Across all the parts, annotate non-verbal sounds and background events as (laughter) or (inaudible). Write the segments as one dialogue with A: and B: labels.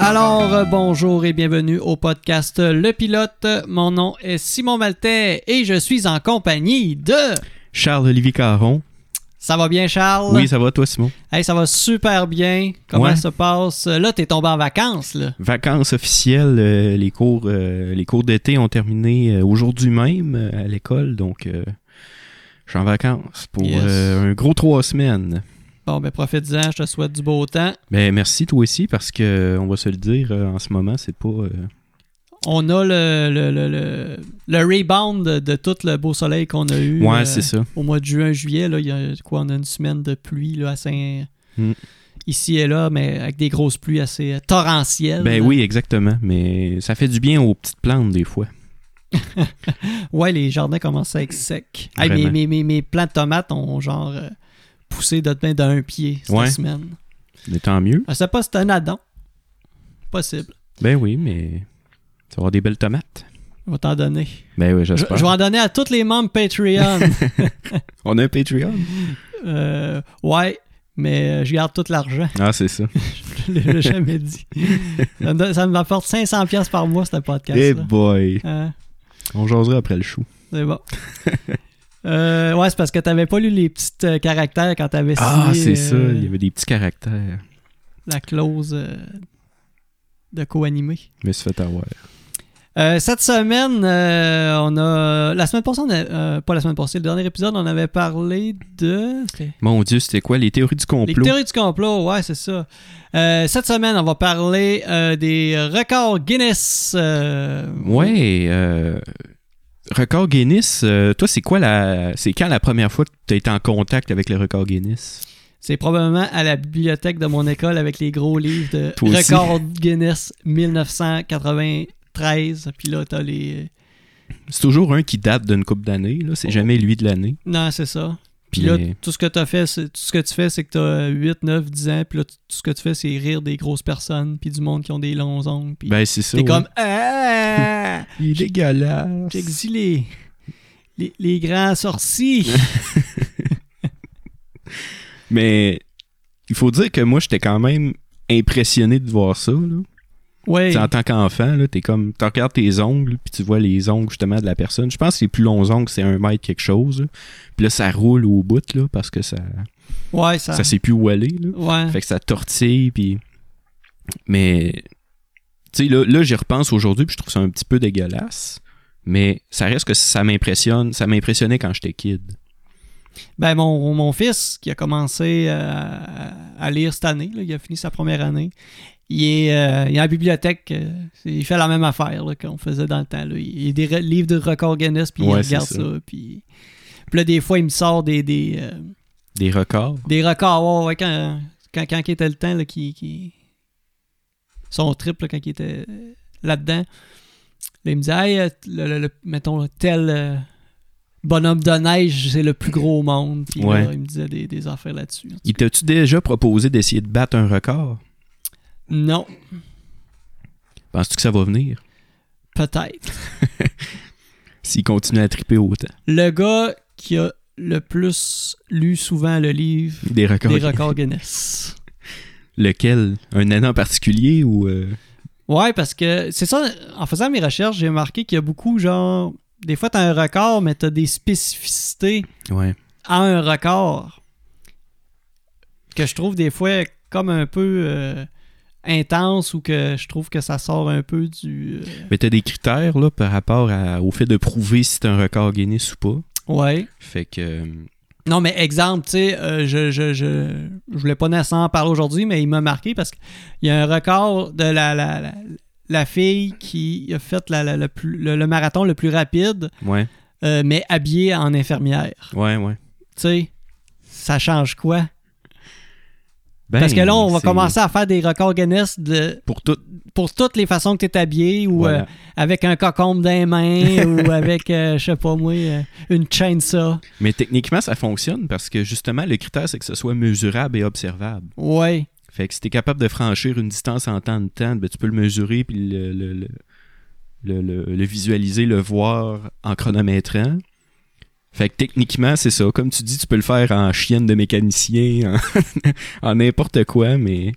A: Alors, euh, bonjour et bienvenue au podcast Le Pilote. Mon nom est Simon Maltais et je suis en compagnie de...
B: Charles-Olivier Caron.
A: Ça va bien, Charles?
B: Oui, ça va, toi, Simon?
A: Hey, ça va super bien. Comment
B: Ouais.
A: ça se passe? Là, t'es tombé en vacances, là.
B: Vacances officielles, euh, les cours, euh, les cours d'été ont terminé euh, aujourd'hui même euh, à l'école, donc euh, je suis en vacances pour
A: Yes.
B: euh, un gros trois semaines.
A: Bon, ben profite-en, je te souhaite du beau temps.
B: Ben, merci toi aussi parce que euh, on va se le dire euh, en ce moment, c'est pas euh,
A: On a le, le, le, le, le rebound de, de tout le beau soleil qu'on a eu
B: Ouais,
A: euh,
B: c'est ça.
A: au mois de juin, juillet. Là, il y a quoi, on a une semaine de pluie là, à Saint...
B: Mm.
A: Ici et là, mais avec des grosses pluies assez euh, torrentielles.
B: Ben oui, exactement, mais ça fait du bien aux petites plantes des fois.
A: Ouais, les jardins commencent à être secs. Hey, mes,
B: Vraiment.
A: mes, mes, mes plants de tomates ont genre euh, poussé de main d'un pied cette
B: Ouais.
A: semaine.
B: Mais tant mieux.
A: Je sais pas si c'est un addon. Possible.
B: Ben oui, mais tu vas avoir des belles tomates.
A: On va t'en donner.
B: Ben oui,
A: Je,
B: j'espère.
A: je vais en donner à tous les membres Patreon. (laughs)
B: On a un Patreon.
A: Euh, ouais, mais euh, je garde tout l'argent. (laughs)
B: Ah, c'est ça.
A: Je l'ai jamais dit. Ça me, donne- ça m'apporte 500$ piastres par mois, ce
B: hey
A: podcast-là.
B: boy!
A: Hein,
B: On jasera après le chou.
A: c'est bon. Euh, ouais, c'est parce que t'avais pas lu les petits euh, caractères quand t'avais signé
B: Ah, c'est ça.
A: euh,
B: Il y avait des petits caractères.
A: la clause euh, de co-animé.
B: Je me suis fait avoir.
A: Euh, cette semaine, euh, on a. La semaine passée, on a- euh, pas la semaine passée, le dernier épisode, on avait parlé de. c'était-
B: Mon Dieu, c'était quoi? Les théories du
A: Les
B: complot.
A: théories du complot, ouais, c'est ça. Euh, cette semaine, on va parler euh, des records Guinness. euh,
B: Ouais. euh, Record Guinness, euh, toi, c'est quoi la. C'est quand la première fois que tu as été en contact avec le record Guinness?
A: C'est probablement à la bibliothèque de mon école avec les gros livres de
B: Toi aussi.
A: records Guinness 1993. Puis là, t'as les.
B: C'est toujours un qui date d'une coupe d'années, là. C'est
A: Oh.
B: jamais lui de l'année.
A: Non, c'est ça. Puis là,
B: Mais-
A: tout ce que t'as fait, c'est- tout ce que tu fais, c'est que t'as 8, 9, 10 ans, puis là, tout ce que tu fais, c'est rire des grosses personnes, puis du monde qui ont des longs ongles, puis
B: ben, c'est ça.
A: t'es
B: ouais.
A: comme « Ah!
B: Il est dégueulasse.
A: J'exile les, les, les grands
B: (laughs)
A: sorciers!
B: Mais il faut dire que moi, j'étais quand même impressionné de voir ça, là. »
A: Ouais,
B: Tu sais, En tant qu'enfant, là, t'es comme, tu regardes tes ongles, puis tu vois les ongles justement de la personne. Je pense que les plus longs ongles, c'est un mètre quelque chose. là. Puis là, ça roule au bout, là, parce que ça,
A: ouais, ça...
B: ça sait plus où aller. Là.
A: ouais.
B: Fait que ça tortille, puis. Mais, tu sais, là, là j'y repense aujourd'hui, puis je trouve ça un petit peu dégueulasse. Mais ça reste que ça m'impressionne. Ça m'impressionnait quand j'étais kid.
A: Ben, mon, mon fils, qui a commencé euh, à, à lire cette année, là, il a fini sa première année, il est, euh, il est en bibliothèque, euh, il fait la même affaire là, qu'on faisait dans le temps. là. Il y a des re- livres de records Guinness, puis il
B: Ouais, c'est
A: regarde ça,
B: ça.
A: puis... Puis là, des fois, il me sort des... des euh,
B: Des records.
A: Des records, ouais, ouais, quand, quand, quand il était le temps, là, qui, qui... son trip, là, quand il était euh, là-dedans, là, il me disait, Hey, euh, le, le- le- mettons, tel euh, bonhomme de neige, c'est le plus gros au monde. Puis là,
B: Ouais.
A: il me disait des, des affaires là-dessus. en tout
B: Il t'a-tu déjà proposé d'essayer de battre un record?
A: cas. Non,
B: Penses-tu que ça va venir?
A: peut-être.
B: S'il continue à triper autant.
A: Le gars qui a le plus lu souvent le livre
B: Des records.
A: des records Guinness.
B: Lequel Un an en particulier ou. euh,
A: Ouais, parce que c'est ça, en faisant mes recherches, j'ai remarqué qu'il y a beaucoup, genre, des fois, t'as un record, mais t'as des spécificités
B: Ouais.
A: à un record que je trouve des fois comme un peu euh, intense ou que je trouve que ça sort un peu du. euh,
B: Mais t'as des critères là, par rapport à- au fait de prouver si c'est un record Guinness ou pas.
A: Ouais.
B: Fait que. euh,
A: Non, mais exemple, tu sais, euh, je, je, je, je voulais pas nécessairement en parler aujourd'hui, mais il m'a marqué parce qu'il y a un record de la, la, la, la fille qui a fait la- la- le plus- le- le marathon le plus rapide.
B: Ouais,
A: euh, mais habillée en infirmière.
B: ouais, ouais.
A: Tu sais, ça change quoi?
B: Ben,
A: Parce que là, on va
B: c'est
A: commencer à faire des records Guinness de,
B: Pour tout.
A: pour toutes les façons que tu es habillé, ou
B: Voilà.
A: euh, avec un cocombe dans les
B: (laughs)
A: mains, ou avec, euh, je sais pas moi, euh, une chainsaw.
B: Mais techniquement, ça fonctionne parce que justement, le critère, c'est que ce soit mesurable et observable.
A: Ouais.
B: Fait que si t'es capable de franchir une distance en temps de temps, ben, tu peux le mesurer puis le, le, le, le- le- le visualiser, le voir en chronométrant. Fait que techniquement, c'est ça. (laughs) Comme tu dis, tu peux le faire en chienne de mécanicien, en en n'importe quoi, mais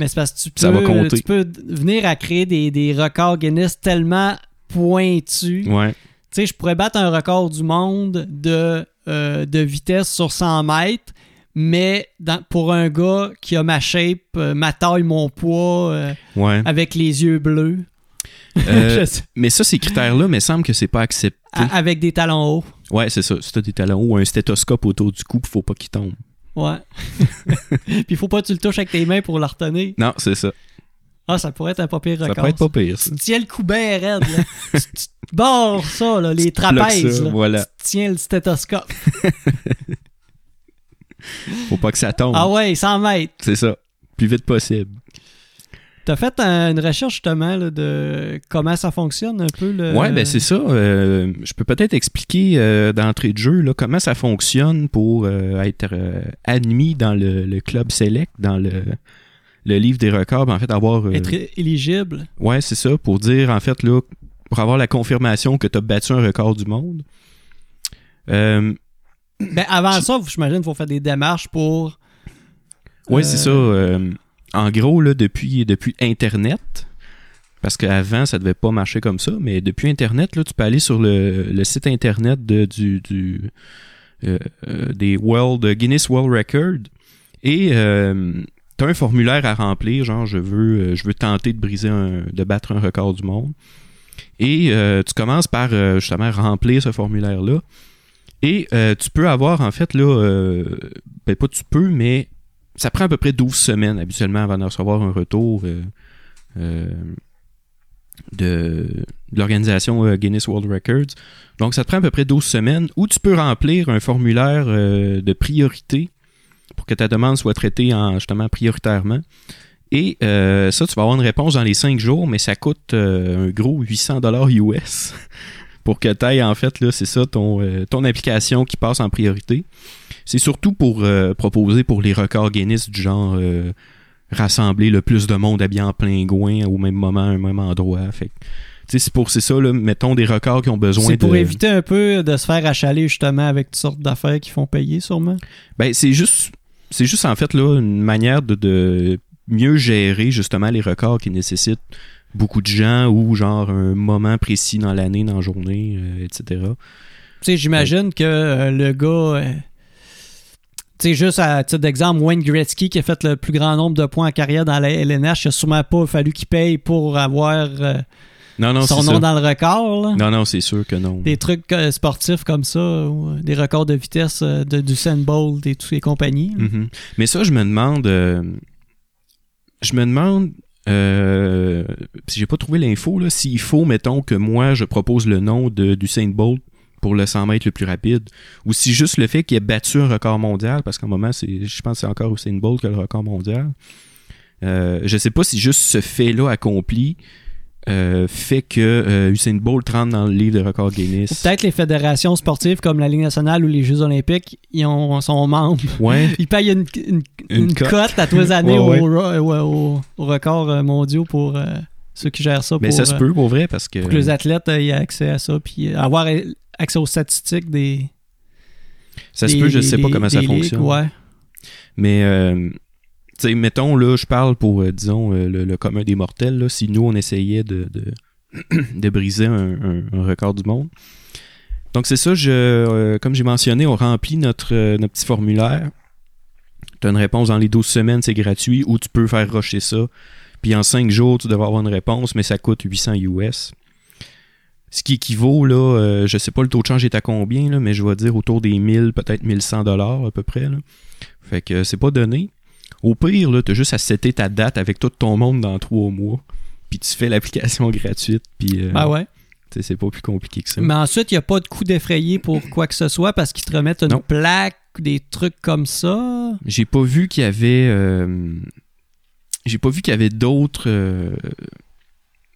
A: Mais c'est parce que tu peux,
B: Ça va compter.
A: tu peux d- venir à créer des, des records Guinness tellement pointus.
B: Ouais.
A: Tu sais, je pourrais battre un record du monde de, euh, de vitesse sur 100 mètres, mais dans- pour un gars qui a ma shape, euh, ma taille, mon poids, euh,
B: Ouais.
A: avec les yeux bleus, (laughs)
B: Euh,
A: je sais- Ah.
B: mais ça, ces critères-là, me semble que c'est pas accepté.
A: a- avec des talons hauts.
B: Ouais, c'est ça. Si t'as des talons hauts, un stéthoscope autour du cou, pis faut pas qu'il tombe.
A: Ouais. (laughs) Puis faut pas que tu le touches avec tes mains pour le retenir.
B: Non, c'est ça.
A: Ah, ça pourrait être un papier
B: Ça
A: record.
B: peut être pas pire, ça.
A: Tu tiens le cou bien raide.
B: (laughs)
A: Là. tu, tu te barres ça, là, les
B: Tu bloques ça,
A: trapèzes. là.
B: voilà.
A: Tu tiens le stéthoscope.
B: Faut pas que ça tombe.
A: Ah ouais, 100 mètres.
B: C'est ça. Plus vite possible.
A: T'as fait un- une recherche justement là, de comment ça fonctionne un peu le.
B: Ouais, ben c'est ça. Euh, je peux peut-être expliquer euh, d'entrée de jeu là, comment ça fonctionne pour euh, être euh, admis dans le, le club select, dans le, le livre des records. Ben, en fait, avoir. euh,
A: être éligible.
B: Ouais, c'est ça, pour dire, en fait, là, pour avoir la confirmation que tu as battu un record du monde. Euh,
A: Ben avant ça, vous- j'imagine qu'il faut faire des démarches pour.
B: ouais,
A: Euh,
B: c'est ça. euh, en gros, là, depuis, depuis Internet, parce qu'avant, ça devait pas marcher comme ça, mais depuis Internet, là, tu peux aller sur le, le site Internet de, du, du, euh, euh, des World, Guinness World Record et tu as un formulaire à remplir, genre je veux, euh, je veux tenter de briser un, de battre un record du monde. Et euh, tu commences par euh, justement remplir ce formulaire-là. Et euh, tu peux avoir, en fait, là, euh, ben pas tu peux, mais ça prend à peu près 12 semaines habituellement avant de recevoir un retour euh, euh, de, de l'organisation euh, Guinness World Records. Donc, ça te prend à peu près 12 semaines où tu peux remplir un formulaire euh, de priorité pour que ta demande soit traitée en, justement prioritairement. Et euh, ça, tu vas avoir une réponse dans les 5 jours, mais ça coûte euh, un gros 800 dollars US (laughs) pour que tu ailles, en fait, là, c'est ça, ton, euh, ton application qui passe en priorité. C'est surtout pour euh, proposer pour les records Guinness du genre euh, rassembler le plus de monde habillé en pingouin au même moment, à un même endroit. Fait que, tu sais, c'est pour c'est ça, là, mettons des records qui ont besoin
A: C'est pour
B: de...
A: éviter un peu de se faire achaler justement avec toutes sortes d'affaires qui font payer sûrement.
B: Ben, c'est juste, c'est juste en fait là une manière de, de mieux gérer justement les records qui nécessitent beaucoup de gens ou genre un moment précis dans l'année, dans la journée, euh, etc.
A: Tu sais, j'imagine que euh, le gars. euh, tu sais, juste à titre d'exemple, Wayne Gretzky qui a fait le plus grand nombre de points en carrière dans la LNH, il a sûrement pas fallu qu'il paye pour avoir euh,
B: Non, non,
A: son
B: c'est
A: nom
B: ça.
A: dans le record. là.
B: Non, non, c'est sûr que non.
A: Des trucs euh, sportifs comme ça, ou, euh, des records de vitesse euh, de, du Sandbolt et toutes les compagnies. là.
B: Mhm. Mais ça, je me demande. euh, je me demande. Euh, puis j'ai pas trouvé l'info, là. S'il faut, mettons, que moi, je propose le nom de, du Saint Bolt pour le 100 mètres le plus rapide, ou si juste le fait qu'il ait battu un record mondial, parce qu'en moment, c'est, je pense que c'est encore Usain Bolt que le record mondial. Euh, je sais pas si juste ce fait-là accompli euh, fait que euh, Usain Bolt rentre dans le livre des records
A: Ou
B: Guinness.
A: Peut-être les fédérations sportives comme la Ligue nationale ou les Jeux olympiques, ils ont, sont membres.
B: Ouais.
A: Ils payent une, une,
B: Une
A: une
B: cote.
A: cote à tous les années
B: (laughs) Ouais, ouais.
A: au, au- au- au record euh, mondiaux pour euh, ceux qui gèrent ça.
B: Mais
A: pour,
B: ça se
A: euh,
B: peut pour vrai, parce que.
A: pour que les athlètes euh, aient accès à ça, puis euh, avoir euh, accès aux statistiques des.
B: ça se
A: des-
B: peut, je sais
A: des-
B: pas comment ça
A: des ligues,
B: fonctionne.
A: ouais.
B: Mais, euh, tu sais, mettons, là, je parle pour, euh, disons, euh, le, le commun des mortels, là, si nous, on essayait de, de, (clears throat) de briser un, un- un record du monde. Donc, c'est ça, je, euh, comme j'ai mentionné, on remplit notre, euh, notre petit formulaire. Tu as une réponse dans les 12 semaines, c'est gratuit, ou tu peux faire rusher ça. Puis en 5 jours, tu devrais avoir une réponse, mais ça coûte 800 US. Ce qui équivaut, là, euh, je sais pas, le taux de change est à combien, là, mais je vais dire autour des 1000, peut-être 1100 dollars à peu près. Là. Fait que euh, c'est pas donné. Au pire, là, t'as juste à setter ta date avec tout ton monde dans trois mois. Puis tu fais l'application (laughs) gratuite. Puis euh,
A: Ben ouais. Bah
B: tu sais, c'est pas plus compliqué que ça.
A: Mais ensuite, il n'y a pas de coup d'effrayé pour quoi que ce soit parce qu'ils te remettent une
B: Non.
A: plaque ou des trucs comme ça.
B: J'ai pas vu qu'il y avait. euh, J'ai pas vu qu'il y avait d'autres. euh,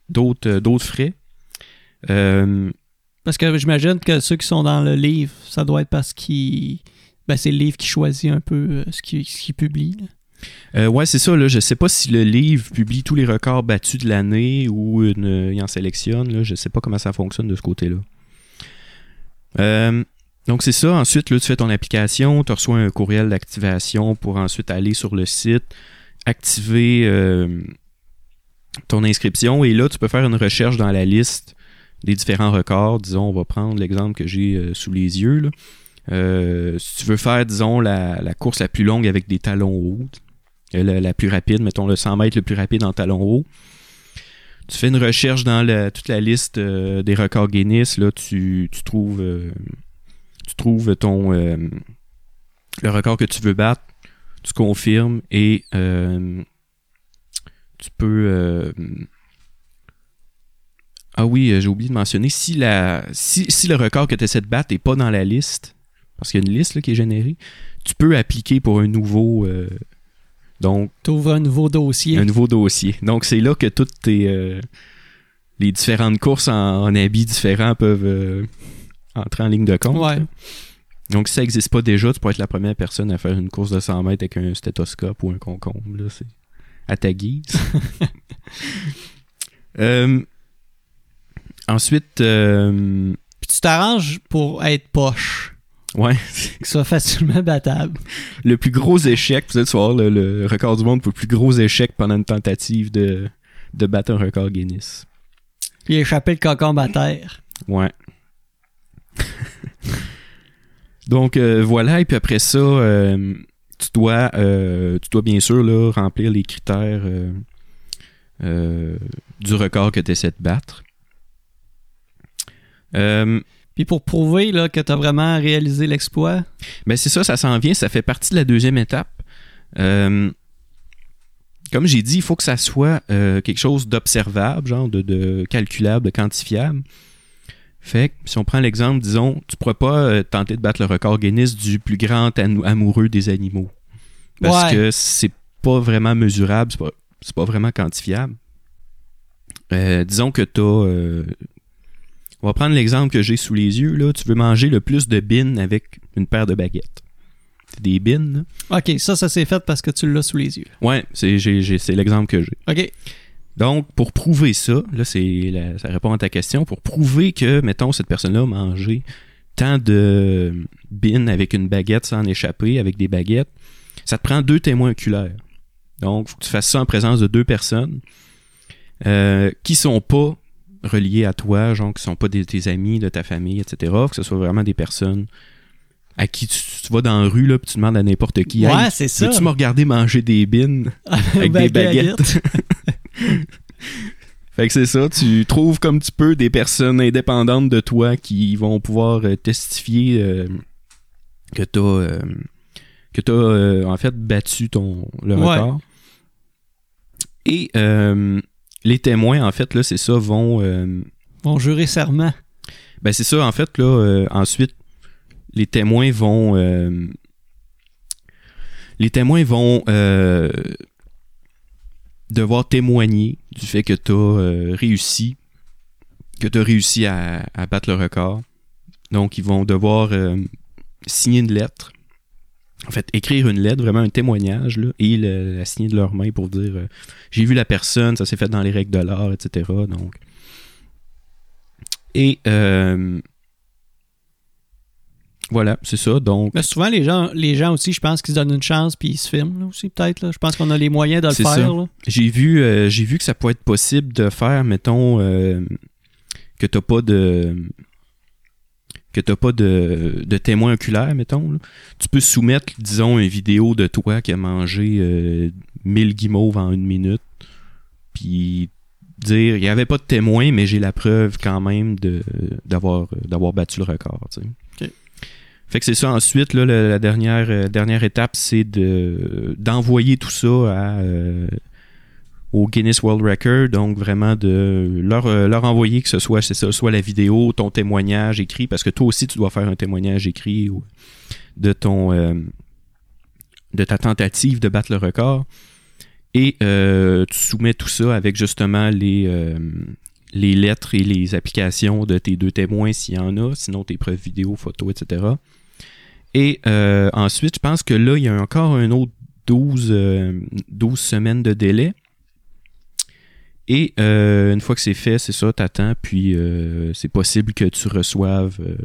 B: d'autres euh, d'autres frais. Euh,
A: Parce que j'imagine que ceux qui sont dans le livre, ça doit être parce qu'ils. Ben, c'est le livre qui choisit un peu euh, ce qu'ils ce qu'ils publient. là.
B: euh, ouais, c'est ça. Là, je sais pas si le livre publie tous les records battus de l'année ou une, euh, il en sélectionne. Là, je sais pas comment ça fonctionne de ce côté-là. Euh, donc, c'est ça. Ensuite, là, tu fais ton application, tu reçois un courriel d'activation pour ensuite aller sur le site activer euh, ton inscription et là, tu peux faire une recherche dans la liste des différents records. Disons, on va prendre l'exemple que j'ai euh, sous les yeux. là. Euh, si tu veux faire, disons, la, la course la plus longue avec des talons hauts, euh, la, la plus rapide, mettons le 100 mètres le plus rapide en talons hauts, tu fais une recherche dans la- toute la liste euh, des records Guinness. Là, tu, tu trouves, euh, tu trouves ton, euh, le record que tu veux battre, tu confirmes et euh, tu peux. euh, ah oui, euh, j'ai oublié de mentionner, si, la, si, si le record que tu essaies de battre n'est pas dans la liste, parce qu'il y a une liste là, qui est générée, tu peux appliquer pour un nouveau. euh, donc,
A: T'ouvres un nouveau dossier.
B: un nouveau dossier. Donc, c'est là que toutes tes. euh, les différentes courses en, en habits différents peuvent euh, entrer en ligne de compte.
A: Ouais.
B: là. Donc, si ça n'existe pas déjà, tu pourrais être la première personne à faire une course de 100 mètres avec un stéthoscope ou un concombre. Là, c'est à ta guise. Euh, ensuite, euh,
A: Puis tu t'arranges pour être poche,
B: ouais,
A: que ce soit (laughs) facilement battable.
B: le plus gros échec, vous allez voir le, le record du monde pour le plus gros échec pendant une tentative de, de battre un record Guinness.
A: Puis échapper le cocombe à terre.
B: Ouais. Donc euh, voilà, et puis après ça, euh, tu dois euh, tu dois bien sûr là, remplir les critères euh, euh, du record que tu essaies de battre. Euh,
A: Puis pour prouver là, que t'as vraiment réalisé l'exploit,
B: ben c'est ça, ça s'en vient, ça fait partie de la deuxième étape. Euh, comme j'ai dit, il faut que ça soit euh, quelque chose d'observable, genre de, de calculable, de quantifiable. Fait que si on prend l'exemple, disons, tu pourras pas euh, tenter de battre le record Guinness du plus grand anou- amoureux des animaux. Parce
A: Ouais.
B: que c'est pas vraiment mesurable, c'est pas, c'est pas vraiment quantifiable. Euh, disons que tu on va prendre l'exemple que j'ai sous les yeux. Là. Tu veux manger le plus de bines avec une paire de baguettes. C'est des bines.
A: OK, ça, ça s'est fait parce que tu l'as sous les yeux.
B: là. Ouais, c'est j'ai- j'ai- c'est l'exemple que j'ai.
A: OK.
B: Donc, pour prouver ça, là, c'est la- ça répond à ta question. Pour prouver que, mettons, cette personne-là a mangé tant de bines avec une baguette sans en échapper, avec des baguettes, ça te prend deux témoins oculaires. Donc, faut que tu fasses ça en présence de deux personnes euh, qui sont pas reliées à toi, genre qui sont pas des, tes amis, de ta famille, etc. Faut que ce soit vraiment des personnes à qui tu, tu vas dans la rue là, puis tu demandes à n'importe qui.
A: ouais,
B: Hey,
A: c'est ça. (laughs)
B: Veux-tu me regarder manger des bines? avec des baguettes. fait que c'est ça, tu trouves comme tu peux des personnes indépendantes de toi qui vont pouvoir euh, testifier euh, que t'as euh, que t'as euh, en fait battu ton le
A: Ouais.
B: record. Et euh, les témoins en fait là, c'est ça vont euh,
A: Vont jurer serment.
B: ben c'est ça, en fait, là, euh, ensuite, les témoins vont. euh, les témoins vont euh, devoir témoigner du fait que tu as réussi. Que tu réussi à, à battre le record. Donc, ils vont devoir euh, signer une lettre. En fait, écrire une lettre, vraiment un témoignage, là, et le- la signer de leur main pour dire euh, J'ai vu la personne, ça s'est fait dans les règles de l'art, etc. Donc, et euh, voilà, c'est ça. Donc,
A: Mais souvent, les gens, les gens aussi, je pense qu'ils se donnent une chance puis ils se filment là, aussi, peut-être. là. Je pense qu'on a les moyens de le
B: C'est
A: faire.
B: ça.
A: là.
B: j'ai vu, euh, j'ai vu que ça pourrait être possible de faire, mettons, euh, que t'as pas de que t'as pas de, de témoin oculaire, mettons. là. Tu peux soumettre, disons, une vidéo de toi qui a mangé euh, 1000 guimauves en une minute, puis dire, il n'y avait pas de témoin, mais j'ai la preuve quand même de- d'avoir d'avoir battu le record. tu sais. Fait que c'est ça. Ensuite, là, le- la dernière, euh, dernière étape, c'est de d'envoyer tout ça à, euh, au Guinness World Record. Donc, vraiment, de leur, euh, leur envoyer que ce soit, c'est ça, soit la vidéo, ton témoignage écrit, parce que toi aussi, tu dois faire un témoignage écrit ou de ton euh, de ta tentative de battre le record. Et euh, tu soumets tout ça avec justement les, euh, les lettres et les applications de tes deux témoins s'il y en a, sinon tes preuves vidéo, photos, etc. Et euh, ensuite, je pense que là, il y a encore un autre 12, euh, 12 semaines de délai. Et euh, une fois que c'est fait, c'est ça, t'attends, puis euh, c'est possible que tu reçoives euh,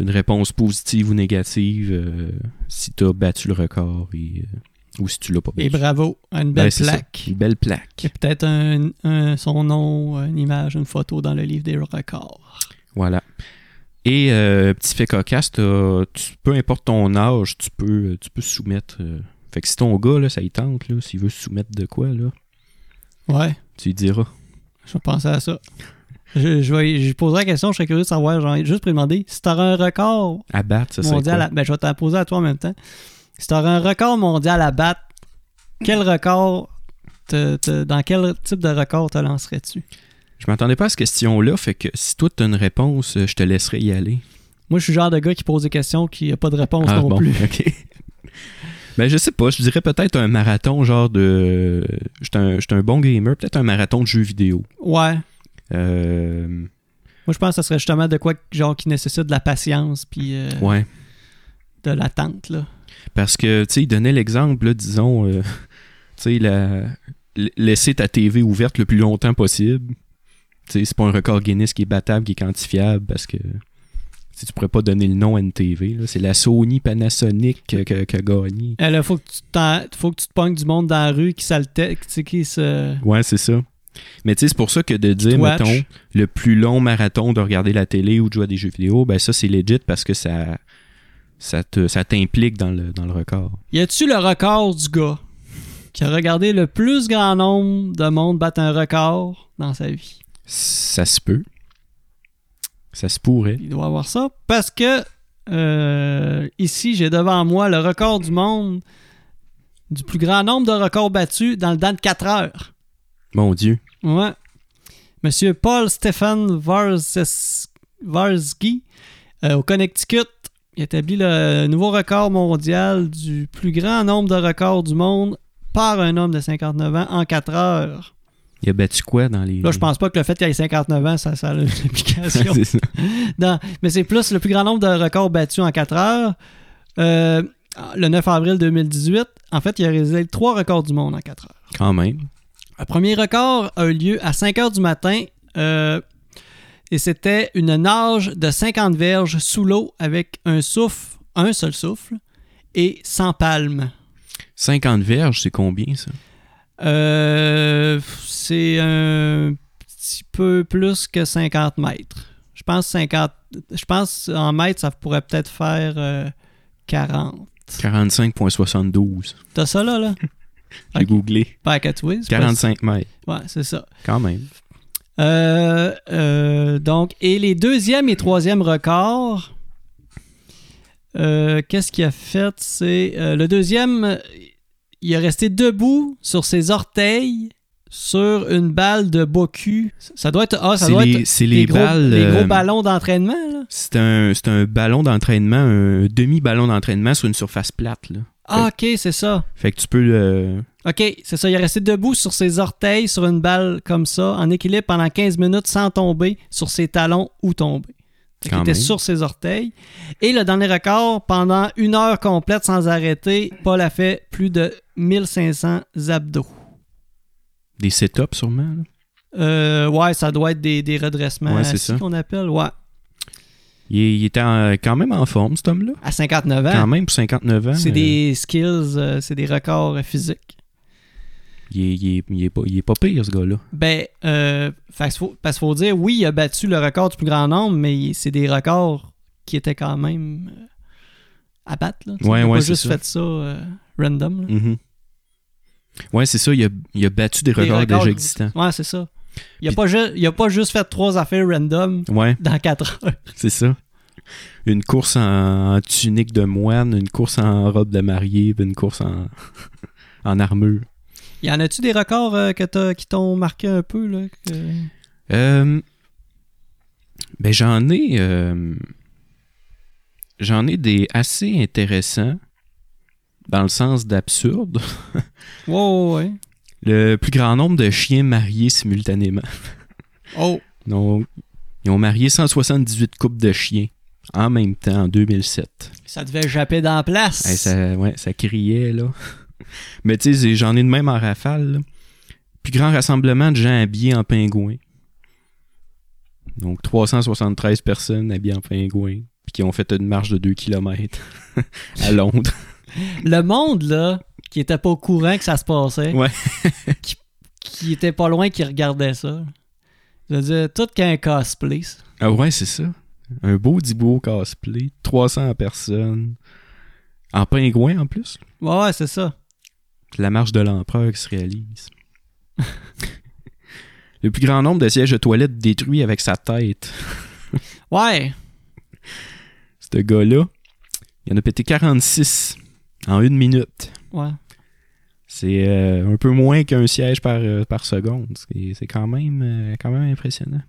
B: une réponse positive ou négative euh, si t'as battu le record et euh, Ou si tu l'as pas
A: Et
B: bien sûr.
A: bravo à une
B: Ben,
A: belle
B: c'est ça.
A: plaque.
B: Une belle plaque.
A: Il y a peut-être un, un- son nom, une image, une photo dans le livre des records.
B: Voilà. Et euh, petit fait cocasse, t'as- tu- peu importe ton âge, tu peux, tu peux soumettre. euh. fait que si ton gars, là, ça y tente, là, s'il veut soumettre de quoi, là,
A: Ouais,
B: tu lui diras.
A: je vais penser à ça. Je, je, vais, je poserai la question, je serais curieux de savoir, genre, juste pour lui demander si t'aurais un record
B: À battre, ça, c'est
A: mondial
B: quoi?
A: à... Ben, je vais t'en poser à toi en même temps. Si t'aurais un record mondial à battre, quel record, te- te- dans quel type de record te lancerais-tu?
B: Je m'attendais pas à cette question-là, fait que si toi, tu as une réponse, euh, je te laisserai y aller.
A: Moi, je suis le genre de gars qui pose des questions qui n'a pas de réponse
B: ah,
A: non
B: bon,
A: plus.
B: OK. (laughs) Ben, je sais pas, je dirais peut-être un marathon genre de... J'étais un, j'étais un bon gamer, peut-être un marathon de jeux vidéo.
A: Ouais.
B: Euh,
A: Moi, je pense que ce serait justement de quoi genre qui nécessite de la patience puis euh,
B: ouais.
A: de l'attente. là.
B: Parce que, tu sais, il donnait l'exemple, là, disons, euh, (laughs) tu sais, la- la- laisser ta TV ouverte le plus longtemps possible. Tu sais, c'est pas un record Guinness qui est battable, qui est quantifiable, parce que tu sais, tu pourrais pas donner le nom à une TV. là. C'est la Sony Panasonic qui a, qui a- qui a gagné.
A: Il Eh, faut, que tu t'en- faut que tu te pognes du monde dans la rue qui s'altère, qui, tu sais, qui se.
B: Ouais, c'est ça. Mais tu sais, c'est pour ça que de dire,
A: watch.
B: mettons, le plus long marathon de regarder la télé ou de jouer à des jeux vidéo, ben ça, c'est legit parce que ça, ça te- ça t'implique dans le, dans le record.
A: Y a-tu le record du gars qui a regardé le plus grand nombre de monde battre un record dans sa vie?
B: Ça se peut. Ça se pourrait.
A: Il doit avoir ça parce que euh, ici, j'ai devant moi le record du monde du plus grand nombre de records battus dans le temps de 4 heures.
B: Mon Dieu.
A: Ouais. Monsieur Paul Stephen Varses- Varsky euh, au Connecticut il établit le nouveau record mondial du plus grand nombre de records du monde par un homme de 59 ans en 4 heures.
B: Il a battu quoi dans les.
A: Là, je pense pas que le fait qu'il ait 59 ans, ça, ça a une (laughs) implication.
B: (laughs) C'est ça.
A: Non, mais c'est plus le plus grand nombre de records battus en 4 heures. Euh, le 9 avril 2018, en fait, il a réalisé trois records du monde en 4 heures.
B: Quand même.
A: Le premier record a eu lieu à 5 heures du matin euh, et c'était une nage de 50 verges sous l'eau avec un souffle, un seul souffle et sans palme.
B: 50 verges, c'est combien ça
A: Euh, c'est un petit peu plus que 50 mètres. Je pense 50. Je pense en mètres, ça pourrait peut-être faire euh, 40.
B: 45,72.
A: T'as ça là,
B: (laughs)
A: là?
B: J'ai
A: Ok.
B: googlé.
A: Pas à quatre oui, c'est pas-
B: 45 mètres.
A: Ouais, c'est ça.
B: Quand même.
A: Euh, euh, donc, et les deuxième et troisième records, euh, qu'est-ce qu'il a fait? C'est euh, le deuxième, euh, il est resté debout sur ses orteils sur une balle de bocu. Ça doit être, ah, ça
B: C'est
A: doit
B: les,
A: être
B: c'est
A: des
B: les
A: gros,
B: balles.
A: des gros
B: euh,
A: ballons d'entraînement. là.
B: C'est un, c'est un ballon d'entraînement, un demi-ballon d'entraînement sur une surface plate. Là.
A: Ah, ok, c'est ça.
B: Fait que tu peux euh, le.
A: Ok, c'est ça. Il est resté debout sur ses orteils sur une balle comme ça, en équilibre pendant 15 minutes sans tomber sur ses talons ou tomber. Il
B: Quand
A: était
B: même.
A: sur ses orteils. Et le dernier record, pendant une heure complète sans arrêter, Paul a fait plus de 1500 abdos.
B: Des setups sûrement. là.
A: Euh, ouais, ça doit être des, des redressements
B: Ouais, c'est
A: assis
B: ça.
A: qu'on appelle. Ouais,
B: Il, il était en- quand même en forme, cet homme-là.
A: à 59 ans.
B: Quand même, pour 59 ans.
A: C'est
B: euh,
A: des skills, euh, c'est des records euh, physiques.
B: Il est, il est- il est pas, il est pas pire, ce gars-là.
A: Ben, euh, fait que faut- parce qu'il faut dire, oui, il a battu le record du plus grand nombre, mais c'est des records qui étaient quand même euh, à battre. Là. Tu sais,
B: Ouais,
A: il a
B: ouais,
A: pas
B: c'est
A: juste
B: ça.
A: fait ça euh, random. là.
B: Mhm. Ouais, c'est ça. Il a, il a battu des
A: Mm-hmm. Des
B: records
A: records-
B: déjà existants.
A: Ouais, c'est ça. Il a,
B: Mm. Puis-
A: pas ju- il a pas juste fait trois affaires random
B: Ouais.
A: dans quatre heures.
B: C'est ça. Une course en, en tunique de moine, une course en robe de mariée, puis une course en, (laughs) en armure.
A: Y en a-tu des records euh, que t'as- qui t'ont marqué un peu? Là, que-
B: Euh, ben j'en ai, euh, j'en ai des assez intéressants dans le sens d'absurde.
A: Ouais, ouais, ouais.
B: Le plus grand nombre de chiens mariés simultanément.
A: Oh,
B: Donc, ils ont marié 178 couples de chiens en même temps en 2007.
A: ça devait japper dans la place.
B: Hey, ça, ouais, ça criait, là. (laughs) Mais tu sais, j'ai- j'en ai de même en rafale. là. Plus grand rassemblement de gens habillés en pingouin. Donc 373 personnes habillées en pingouin. Puis qui ont fait une marche de 2 km (laughs) à Londres.
A: Le monde, là, qui était pas au courant que ça se passait,
B: Ouais.
A: (laughs) qui, qui était pas loin, qui regardait ça. Je veux dire, tout qu'un cosplay, ça.
B: Ah ouais, c'est ça. Un beau Dibo cosplay, 300 personnes. En pingouin en plus.
A: Ouais, ouais, c'est ça.
B: La marche de l'empereur qui se réalise. (laughs) Le plus grand nombre de sièges de toilettes détruits avec sa tête.
A: Ouais,
B: Ce gars-là, il en a pété 46 en une minute.
A: ouais.
B: C'est euh, un peu moins qu'un siège par, euh, par seconde. C'est c'est quand même, euh, quand même impressionnant.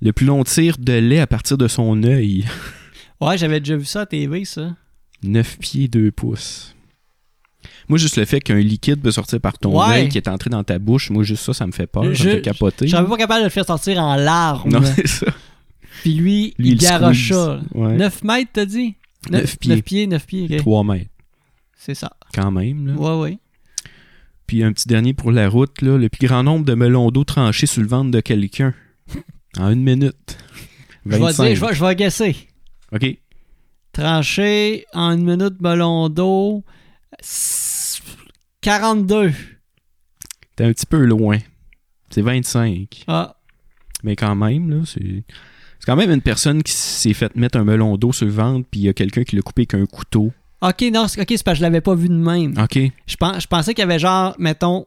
B: Le plus long tir de lait à partir de son œil.
A: Ouais, j'avais déjà vu ça à TV, ça.
B: 9 pieds 2 pouces. Moi, juste le fait qu'un liquide peut sortir par ton
A: Ouais.
B: œil qui est entré dans ta bouche, moi, juste ça, ça me fait peur.
A: Je-
B: ça me fait capoter.
A: Je serais même pas capable de le faire sortir en larmes.
B: non, (laughs) c'est ça.
A: (laughs) Puis lui,
B: Lui,
A: il garoche
B: squeeze.
A: ça.
B: Ouais.
A: 9 mètres, t'as dit?
B: Neuf pieds.
A: 9 pieds, 9 pieds, ok.
B: 3 mètres,
A: C'est ça.
B: quand même. là.
A: Ouais, ouais.
B: Puis un petit dernier pour la route, là, le plus grand nombre de melons d'eau tranchés sur le ventre de quelqu'un. (laughs) En une minute.
A: Je vais
B: 25.
A: dire, je vais, je vais guesser.
B: OK.
A: Tranché en une minute, melon d'eau. s- 42.
B: T'es un petit peu loin. C'est 25.
A: Ah,
B: Mais quand même, là, c'est... C'est quand même une personne qui s'est faite mettre un melon d'eau sur le ventre, puis il y a quelqu'un qui l'a coupé avec un couteau.
A: ok, non, c'est- ok, c'est parce que je l'avais pas vu de même.
B: OK.
A: Je, pens- je pensais qu'il y avait genre, mettons,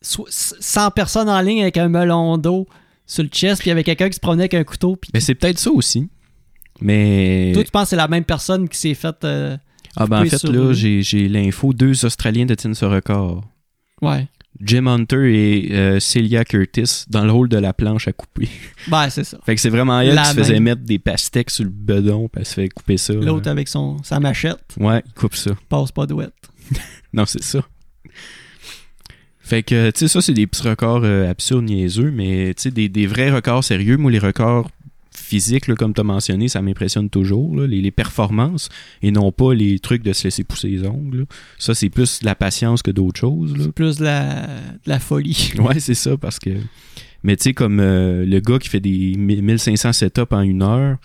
A: so- 100 personnes en ligne avec un melon d'eau sur le chest, puis il y avait quelqu'un qui se promenait avec un couteau. Puis
B: Mais c'est peut-être ça aussi. Mais.
A: toi, tu penses que c'est la même personne qui s'est faite. euh,
B: ah, ben en
A: coupé
B: fait,
A: sur
B: là,
A: lui.
B: j'ai j'ai l'info. Deux Australiens détiennent ce record.
A: Ouais.
B: Jim Hunter et euh, Celia Curtis dans le hall de la planche à couper.
A: Ben, c'est ça.
B: Fait que c'est vraiment elle
A: La
B: qui se faisait
A: même.
B: mettre des pastèques sur le bedon, puis elle se fait couper ça. là.
A: L'autre avec son, sa machette,
B: Ouais, il coupe ça.
A: passe pas de ouette.
B: Non, c'est ça. Fait que, tu sais, ça, c'est des petits records euh, absurdes, niaiseux, mais tu sais, des, des vrais records sérieux. Moi, les records physiques, là, comme tu as mentionné, ça m'impressionne toujours, là, les, les performances, et non pas les trucs de se laisser pousser les ongles. là. Ça, c'est plus de la patience que d'autres choses. là.
A: C'est plus de la, de la folie. (laughs)
B: (laughs) Ouais, c'est ça, parce que. Mais tu sais, comme euh, le gars qui fait des 1500 setups en une heure,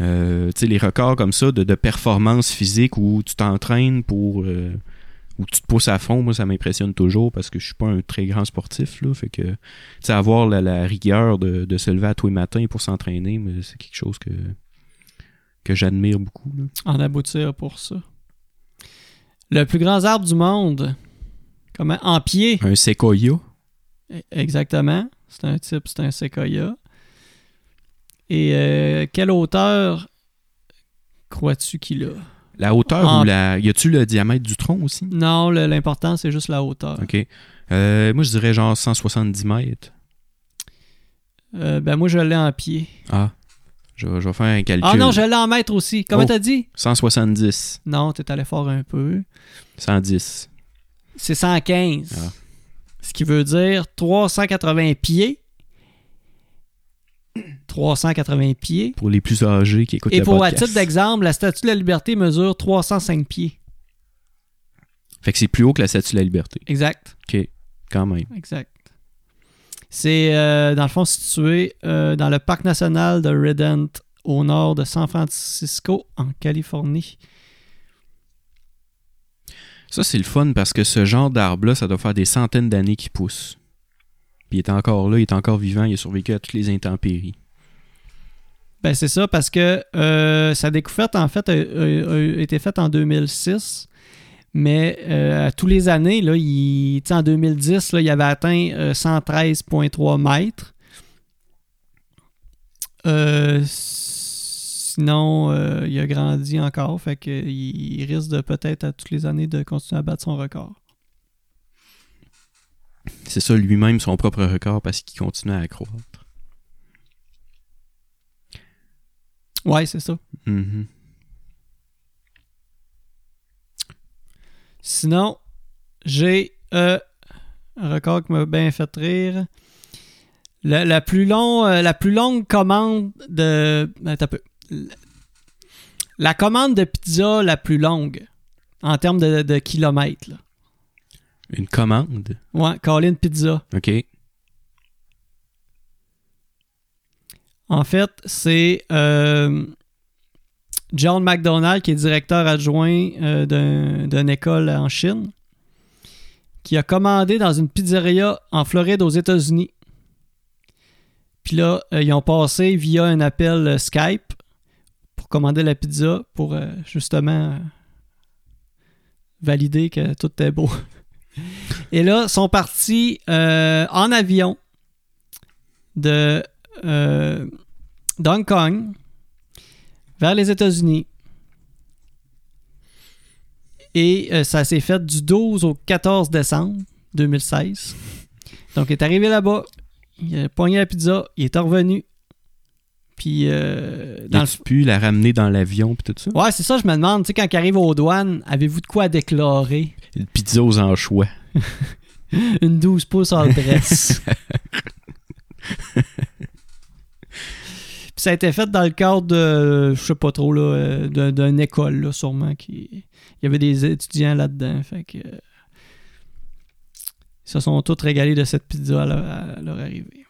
B: euh, tu sais, les records comme ça de, de performance physique où tu t'entraînes pour. euh, où tu te pousses à fond, moi, ça m'impressionne toujours parce que je suis pas un très grand sportif, là. Fait que, tu sais, avoir la, la rigueur de, de se lever à tous les matins pour s'entraîner, mais c'est quelque chose que. que j'admire beaucoup, là.
A: En aboutir pour ça. Le plus grand arbre du monde. Comment? En pied.
B: Un séquoia.
A: E- Exactement. C'est un type, c'est un séquoia. Et euh, quelle hauteur crois-tu qu'il a?
B: La hauteur
A: En-
B: ou la. Y a-tu le diamètre du tronc aussi?
A: Non, le- l'important, c'est juste la hauteur.
B: Ok. Euh, moi, je dirais genre 170 mètres.
A: Euh, ben moi, je l'ai en pied.
B: Ah. Je, vais- je vais faire un calcul.
A: Ah non, je l'ai en mètre aussi. Comment
B: Oh.
A: t'as dit?
B: 170.
A: Non, t'es allé fort un peu.
B: 110.
A: C'est 115.
B: Ah.
A: Ce qui veut dire 380 pieds. 380 pieds.
B: Pour les plus âgés qui écoutent
A: Et
B: le
A: pour à
B: podcast.
A: titre d'exemple, la Statue de la Liberté mesure 305 pieds.
B: Fait que c'est plus haut que la Statue de la Liberté.
A: Exact.
B: OK. Quand même.
A: Exact. C'est, euh, dans le fond, situé euh, dans le parc national de Redent, au nord de San Francisco, en Californie.
B: Ça, c'est le fun parce que ce genre d'arbre-là, ça doit faire des centaines d'années qu'il pousse. Puis il est encore là, il est encore vivant, il a survécu à toutes les intempéries.
A: Ben, c'est ça, parce que euh, sa découverte, en fait, a, a- a été faite en 2006. Mais euh, à tous les années, là, il, tu sais, en 2010, là, il avait atteint euh, 113,3 mètres. Euh, sinon, euh, il a grandi encore, fait que il, il risque de peut-être à toutes les années de continuer à battre son record.
B: C'est ça lui-même son propre record parce qu'il continue à accroître.
A: Ouais, c'est ça.
B: Mhm.
A: Sinon, j'ai euh, un record qui m'a bien fait rire. La, la plus long, euh, la plus longue commande de. Attends un peu. La- La commande de pizza la plus longue en termes de, de kilomètres. là.
B: Une commande.
A: Ouais, Colin Pizza.
B: OK.
A: En fait, c'est euh, John McDonald, qui est directeur adjoint euh, d'un- d'une école en Chine, qui a commandé dans une pizzeria en Floride aux États-Unis. Puis là, euh, ils ont passé via un appel euh, Skype pour commander la pizza pour euh, justement euh, valider que tout était beau. (laughs) Et là, sont partis euh, en avion de euh, d'Hong Kong vers les États-Unis. Et euh, ça s'est fait du 12 au 14 décembre 2016. Donc, il est arrivé là-bas, il a poigné la pizza, il est revenu. Puis, euh, dans le
B: tu pu la ramener dans l'avion puis tout ça?
A: Ouais, c'est ça, je me demande. Tu sais, quand il arrive aux douanes, avez-vous de quoi déclarer
B: Une pizza aux anchois.
A: une 12 pouces en dress? Puis ça a été fait dans le cadre de, je sais pas trop, là, euh, d'un- d'une école, là, sûrement. Qui... Il y avait des étudiants là-dedans. Fait que. euh, Ils se sont tous régalés de cette pizza à leur, à leur arrivée.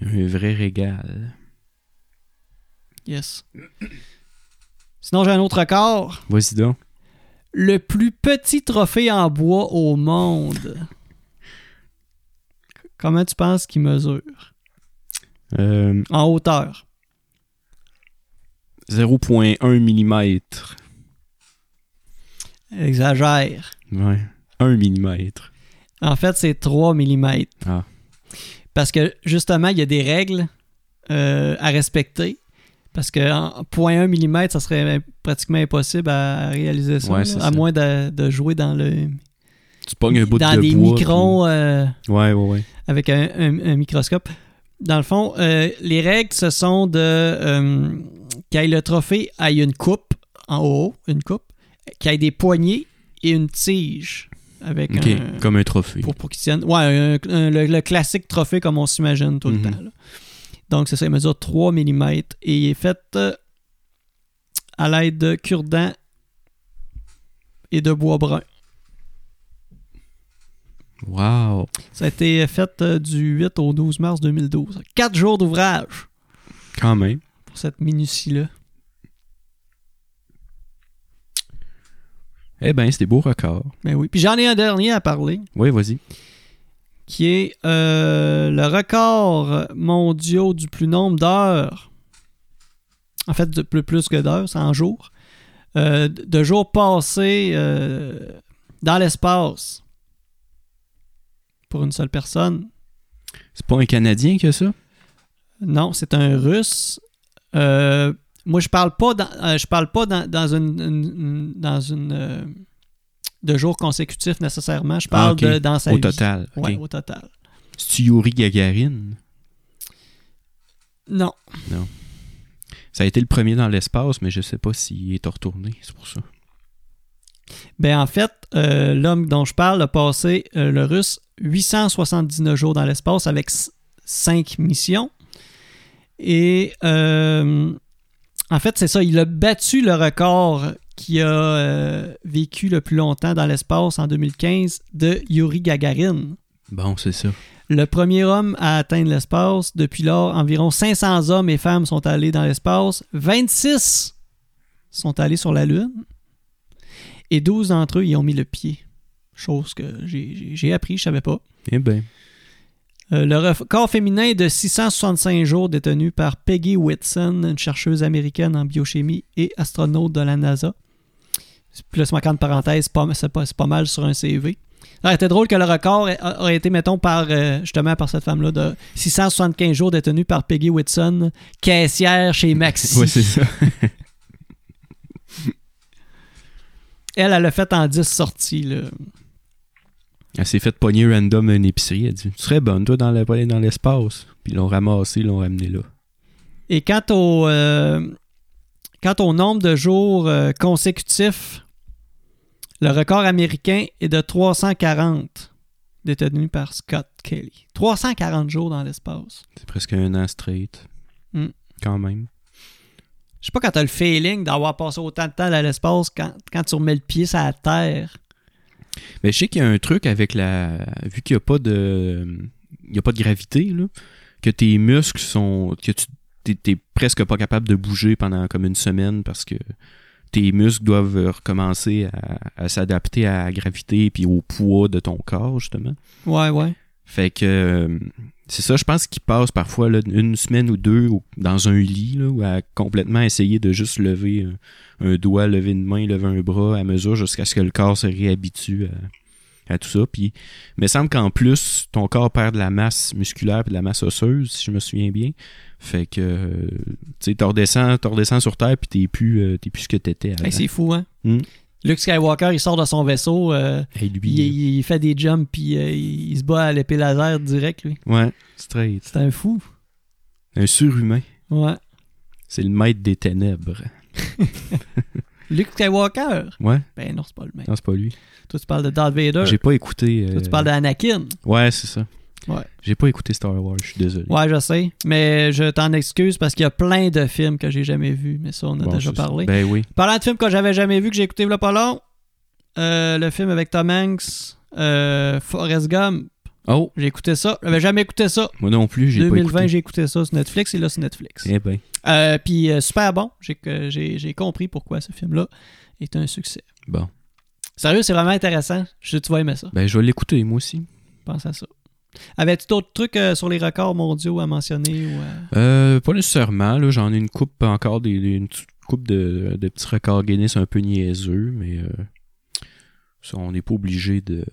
B: Un vrai régal.
A: Yes. Sinon, j'ai un autre record.
B: Vas-y donc.
A: Le plus petit trophée en bois au monde. Comment tu penses qu'il mesure?
B: Euh,
A: En hauteur.
B: 0.1 mm.
A: Exagère.
B: Ouais. 1 mm.
A: En fait, c'est 3 mm.
B: Ah.
A: Parce que justement, il y a des règles euh, à respecter. Parce que en 0.1 mm, ça serait pratiquement impossible à réaliser ça.
B: Ouais,
A: là,
B: c'est
A: à
B: ça.
A: moins de, de jouer dans le
B: Tu pognes un bout
A: dans
B: de
A: des
B: bois.
A: microns. euh,
B: puis- Ouais, ouais, ouais.
A: avec un, un- un microscope. Dans le fond, euh, les règles, ce sont de euh, qu'il y ait le trophée, il y a une coupe en haut, une coupe, qu'il y ait des poignées et une tige avec
B: Ok,
A: un-
B: comme un trophée.
A: pour, pour qu'il tienne. Ouais, un- un- le, le classique trophée comme on s'imagine tout
B: Mhm.
A: le temps. là. Donc, c'est ça, il mesure 3 mm et il est fait euh, à l'aide de cure-dents et de bois brun.
B: Wow.
A: Ça a été fait euh, du 8 au 12 mars 2012. Quatre jours d'ouvrage
B: Quand même.
A: pour cette minutie-là.
B: Eh ben, c'est des beaux records.
A: Ben oui. Puis j'en ai un dernier à parler,
B: Oui, vas-y.
A: qui est euh, le record mondial du plus nombre d'heures. En fait, de plus, plus que d'heures, c'est en jours. Euh, de- de jours passés euh, dans l'espace pour une seule personne.
B: C'est pas un Canadien que ça?
A: Non, c'est un russe. Euh, moi, je parle pas dans, euh, je parle pas dans, dans une, une- une- dans une euh, de jours consécutifs nécessairement. Je parle
B: Ah, ok.
A: de dans sa
B: Au
A: vie.
B: total. ok.
A: Ouais, au total.
B: C'est-tu Yuri Gagarin?
A: Non.
B: Ça a été le premier dans l'espace, mais je sais pas s'il est retourné, c'est pour ça.
A: Ben en fait, euh, l'homme dont je parle a passé euh, le russe 879 jours dans l'espace avec 5 missions. Et euh, en fait, c'est ça, il a battu le record qui a euh, vécu le plus longtemps dans l'espace en 2015 de Yuri Gagarin.
B: Bon, c'est ça.
A: Le premier homme à atteindre l'espace. Depuis lors, environ 500 hommes et femmes sont allés dans l'espace. 26 sont allés sur la Lune. Et 12 d'entre eux y ont mis le pied. Chose que j'ai- j'ai j'ai appris, je savais pas. (laughs)
B: Eh ben,
A: Euh, le record féminin est de 665 jours détenu par Peggy Whitson, une chercheuse américaine en biochimie et astronaute de la NASA. Puis là, c'est ma grande parenthèse, pas- c'est pas, c'est pas mal sur un CV. Alors, c'était drôle que le record a- a- aurait été, mettons, par euh, justement par cette femme-là, de 675 jours détenu par Peggy Whitson, caissière chez Maxi.
B: ouais, c'est ça.
A: Elle, elle l'a fait en 10 sorties. là.
B: Elle s'est fait pogner random à une épicerie. Elle dit Tu serais bonne, toi, dans la pour aller dans l'espace. Puis ils l'ont ramassé, ils l'ont ramené là.
A: Et quant au, euh, quant au nombre de jours euh, consécutifs, le record américain est de 340, détenu par Scott Kelly. 340 jours dans l'espace.
B: C'est presque un an straight.
A: Mm.
B: Quand même.
A: Je sais pas quand t'as le feeling d'avoir passé autant de temps dans l'espace quand, quand tu remets le pied sur la Terre.
B: Mais je sais qu'il y a un truc avec la. Vu qu'il n'y a pas de. Il y a pas de gravité, là. Que tes muscles sont. Que tu t'es t'es presque pas capable de bouger pendant comme une semaine parce que tes muscles doivent recommencer à, à s'adapter à la gravité puis au poids de ton corps, justement.
A: Ouais, ouais.
B: Fait que euh, c'est ça, je pense qu'il passe parfois là, une semaine ou deux au- dans un lit là, où à complètement essayer de juste lever euh, un, doigt, lever une main, lever un bras à mesure jusqu'à ce que le corps se réhabitue à, à tout ça. Puis, il me semble qu'en plus, ton corps perd de la masse musculaire et de la masse osseuse, si je me souviens bien. Fait que euh, tu sais, t'en redescends, t'en redescends sur Terre puis t'es plus, euh, t'es plus ce que t'étais avant.
A: Hey, c'est fou, hein?
B: Hmm.
A: Luke Skywalker, il sort de son vaisseau, euh,
B: Hey, lui,
A: il, il- il fait des jumps, puis euh, il il se bat à l'épée laser direct, lui.
B: ouais, straight.
A: C'est un fou.
B: Un surhumain.
A: Ouais.
B: C'est le maître des ténèbres.
A: Luke Skywalker.
B: Ouais,
A: Ben non, c'est pas le même.
B: non, c'est pas lui.
A: Toi, tu parles de Darth Vader.
B: J'ai pas écouté. euh,
A: Toi, tu parles d'Anakin.
B: Ouais, c'est ça.
A: Ouais.
B: J'ai pas écouté Star Wars, je suis désolé.
A: Ouais, je sais. Mais je t'en excuse parce qu'il y a plein de films que j'ai jamais vus. Mais ça, on a
B: Bon,
A: déjà
B: c'est ça.
A: parlé.
B: Ben oui.
A: Parlant de films que j'avais jamais vus, que j'ai écouté là pas long, euh, le film avec Tom Hanks, euh, Forrest Gump,
B: Oh,
A: j'ai écouté ça. J'avais jamais écouté ça.
B: moi non plus, j'ai pas
A: 2020,
B: écouté.
A: j'ai écouté ça sur Netflix et là, c'est Netflix.
B: Eh ben,
A: Euh, Puis euh, super bon. J'ai que- J'ai j'ai compris pourquoi ce film-là est un succès.
B: bon.
A: Sérieux, c'est vraiment intéressant. Je sais que tu vas aimer ça.
B: Ben, je vais l'écouter, moi aussi.
A: Pense à ça. Avais-tu d'autres trucs euh, sur les records mondiaux à mentionner ou, euh,
B: Euh, pas nécessairement, là. J'en ai une coupe encore, des, des- une petite coupe de, de petits records Guinness un peu niaiseux, mais euh, ça, on n'est pas obligé de.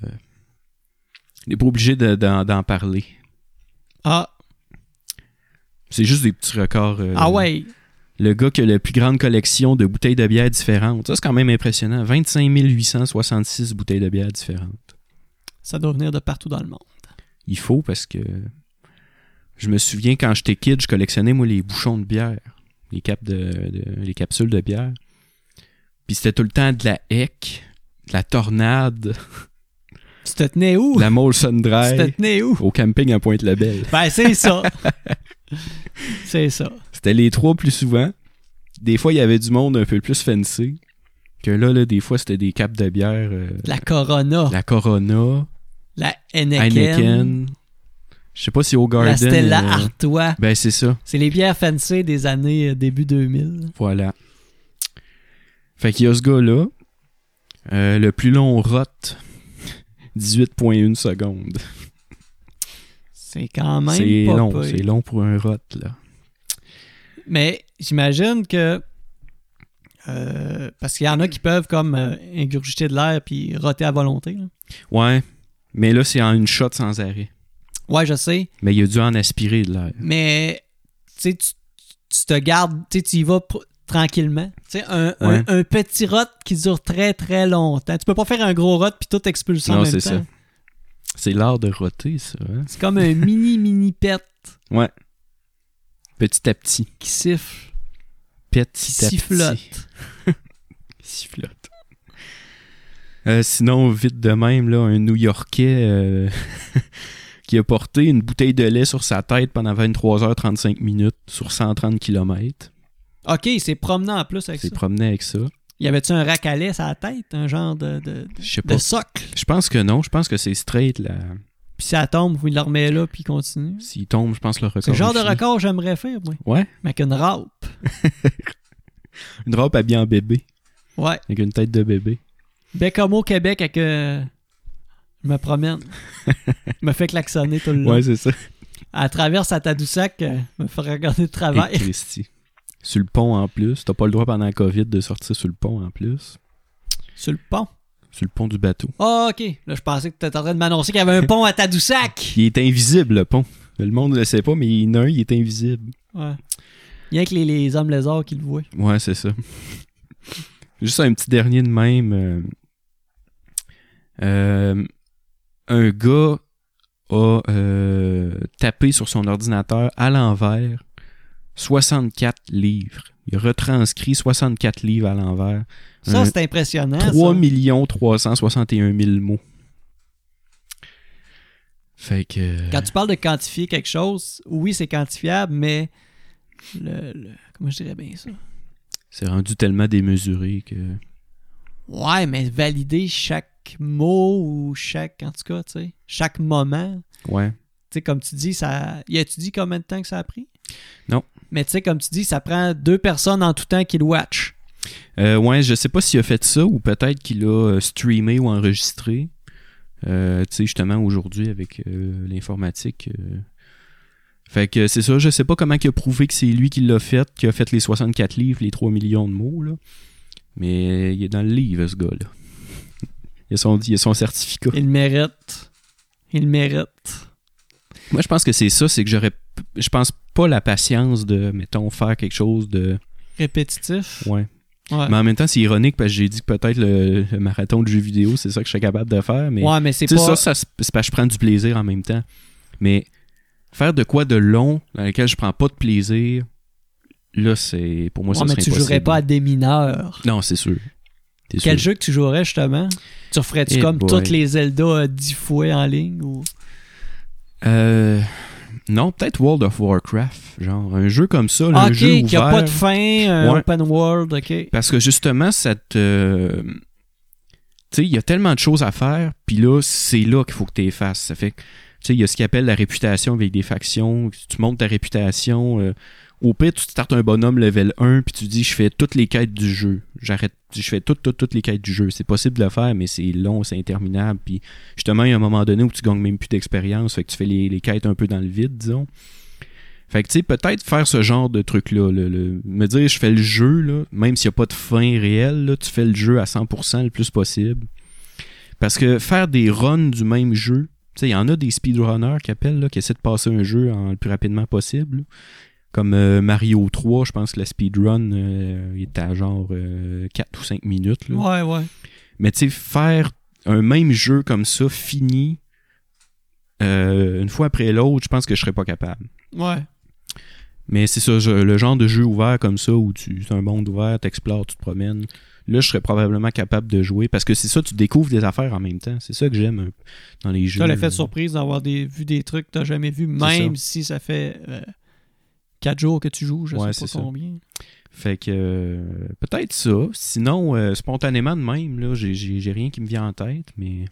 B: On n'est pas obligé de- d'en d'en parler.
A: Ah,
B: C'est juste des petits records. euh,
A: ah ouais.
B: Le gars qui a la plus grande collection de bouteilles de bière différentes. Ça, c'est quand même impressionnant. 25 866 bouteilles de bière différentes.
A: Ça doit venir de partout dans le monde.
B: Il faut parce que je me souviens quand j'étais kid, je collectionnais moi les bouchons de bière, les capes de, de- les capsules de bière. Puis c'était tout le temps de la Heck, de la Tornade,
A: Tu te tenais où?
B: de la Molson
A: Tu te
B: Dry
A: tenais où?
B: au camping à Pointe-la-Belle.
A: Ben, c'est
B: (laughs)
A: ça. c'est ça.
B: C'était les trois plus souvent. Des fois, il y avait du monde un peu plus fancy que là là des fois c'était des capes de bière euh,
A: La Corona,
B: la Corona,
A: la Heineken,
B: Heineken. Je sais pas si au Garden
A: la Stella
B: euh,
A: Artois.
B: ben c'est ça.
A: C'est les bières fancy des années euh, début 2000.
B: Voilà. Fait qu'il y a ce gars-là. Euh, le plus long rot, (laughs) 18.1 secondes.
A: C'est quand même
B: C'est
A: pas
B: long,
A: pire.
B: c'est long pour un rot, là.
A: Mais j'imagine que. euh, parce qu'il y en a qui peuvent comme euh, ingurgiter de l'air puis roter à volonté. là.
B: Ouais, mais là, c'est en une shot sans arrêt.
A: Ouais, je sais.
B: Mais il a dû en aspirer de l'air.
A: Mais tu sais, tu, tu te gardes, tu sais, tu y vas pr- tranquillement. Tu sais, un, un-
B: Ouais.
A: un petit rot qui dure très très longtemps. Tu peux pas faire un gros rot puis tout expulser en
B: Non,
A: même temps.
B: c'est ça. C'est l'art de roter, ça. hein?
A: C'est comme un mini mini pet
B: Petit à petit.
A: qui siffle, qui
B: Petit à petit. (laughs)
A: sifflote.
B: Sifflote. Euh, sinon, vite de même, là, un New Yorkais euh, (laughs) qui a porté une bouteille de lait sur sa tête pendant 23h35 minutes sur 130 km.
A: Ok, il s'est promené en plus avec
B: Il
A: ça.
B: s'est promené avec ça.
A: Y avait-tu un rack à lait sur la tête, un genre de, de,
B: Je sais
A: de
B: pas.
A: socle?
B: Je pense que non. Je pense que c'est straight. Là.
A: Puis ça tombe, vous le remettez là, puis il continue.
B: S'il tombe, je pense le record.
A: C'est le genre
B: est
A: de
B: fini.
A: record que j'aimerais faire, moi.
B: Ouais.
A: Mais avec une râpe.
B: Une robe habillée en bébé.
A: Ouais.
B: Avec une tête de bébé.
A: Bécamo, Québec, avec. euh, Je me
B: (laughs)
A: promène. Je me fait klaxonner tout le long.
B: Ouais, c'est ça.
A: Elle traverse à Tadoussac, euh, me fait regarder de
B: Et
A: travail.
B: Christy. Sur le pont en plus. T'as pas le droit pendant la COVID de sortir sur le pont en plus.
A: Sur le pont.
B: Sur le pont du bateau.
A: Ah, ok. Là, je pensais que t'étais en train de m'annoncer qu'il y avait un pont à
B: (laughs)
A: Tadoussac.
B: Il est invisible, le pont. Le monde ne le sait pas, mais il y en a un, il est invisible.
A: Ouais. Il y a que les, les hommes lézards qui le voient.
B: Ouais, c'est ça. (laughs) Juste un petit dernier de même. euh, euh, un gars a euh, tapé sur son ordinateur à l'envers 64 livres. Il a retranscrit 64 livres à l'envers.
A: Ça,
B: Un-
A: c'est impressionnant.
B: 3
A: Hein, ça.
B: 361 000 mots. Fait que... euh,
A: Quand tu parles de quantifier quelque chose, oui, c'est quantifiable, mais. Le, le- Comment je dirais bien ça?
B: C'est rendu tellement démesuré que...
A: Ouais, mais valider chaque mot ou chaque. En tout cas, tu sais, chaque moment.
B: Ouais.
A: Tu sais, comme tu dis, ça. Y a-tu dit combien de temps que ça a pris?
B: Non.
A: Mais tu sais, comme tu dis, ça prend deux personnes en tout temps qui le watch.
B: Euh, ouais, je sais pas s'il a fait ça ou peut-être qu'il a euh, streamé ou enregistré. Euh, tu sais, justement, aujourd'hui, avec euh, l'informatique. euh. Fait que c'est ça, je sais pas comment il a prouvé que c'est lui qui l'a fait, qui a fait les 64 livres, les 3 millions de mots, là. Mais il est dans le livre, ce gars-là. (laughs) Il a son, il a son certificat.
A: Il le mérite. Il le mérite.
B: (laughs) Moi, je pense que c'est ça, c'est que j'aurais. p- Je pense pas la patience de, mettons, faire quelque chose de.
A: Répétitif.
B: Ouais.
A: Ouais.
B: Mais en même temps, c'est ironique parce que j'ai dit que peut-être le, le marathon de jeux vidéo, c'est ça que je suis capable de faire. Mais
A: Ouais, mais c'est
B: tu sais,
A: pas.
B: ça, ça, c'est c'est parce que je prends du plaisir en même temps. Mais faire de quoi de long dans lequel je prends pas de plaisir, là, c'est. Pour moi,
A: Ouais,
B: ça
A: mais
B: serait
A: tu
B: impossible.
A: jouerais pas à des mineurs.
B: Non, c'est sûr. C'est
A: Quel
B: sûr.
A: jeu que tu jouerais justement Tu referais-tu
B: Eh
A: comme
B: boy.
A: toutes les Zelda euh, 10 fois en ligne ou...
B: Euh, non, peut-être World of Warcraft. Genre, un jeu comme ça, là,
A: Ah,
B: un
A: Ok,
B: jeu
A: qu'il
B: ouvert.
A: n'y a pas de fin, un
B: Ouais.
A: open world, ok.
B: Parce que justement, ça te. Tu sais, il y a tellement de choses à faire, puis là, c'est là qu'il faut que tu les fasses. Ça fait que, tu sais, il y a ce qu'ils appelle la réputation avec des factions. Tu montes ta réputation. euh, au pire, tu startes un bonhomme level 1, puis tu dis, je fais toutes les quêtes du jeu. J'arrête, je fais toutes, toutes, toutes les quêtes du jeu. C'est possible de le faire, mais c'est long, c'est interminable. Puis justement, il y a un moment donné où tu gagnes même plus d'expérience, fait que tu fais les, les quêtes un peu dans le vide, disons. Fait que, tu sais, peut-être faire ce genre de truc-là. le- le- me dire, je fais le jeu, là, même s'il n'y a pas de fin réelle, là, tu fais le jeu à 100% le plus possible. Parce que faire des runs du même jeu, tu sais, il y en a des speedrunners qui appellent, là, qui essaient de passer un jeu en, le plus rapidement possible. là. Comme euh, Mario 3, je pense que la speedrun euh, est à genre 4 ou 5 minutes. là.
A: Ouais, ouais.
B: Mais tu sais, faire un même jeu comme ça, fini, euh, une fois après l'autre, je pense que je serais pas capable.
A: Ouais.
B: Mais c'est ça, je- le genre de jeu ouvert comme ça, où tu as un monde ouvert, t'explores, tu te promènes. Là, je serais probablement capable de jouer parce que c'est ça, tu découvres des affaires en même temps. C'est ça que j'aime un peu dans les jeux.
A: T'as l'effet de surprise d'avoir des, vu des trucs que t'as jamais vu, même si ça fait 4 jours que tu joues, je
B: Ouais,
A: sais
B: c'est ça.
A: pas combien.
B: Fait que euh, peut-être ça. Sinon, euh, spontanément de même, là, j'ai- j'ai j'ai rien qui me vient en tête, mais.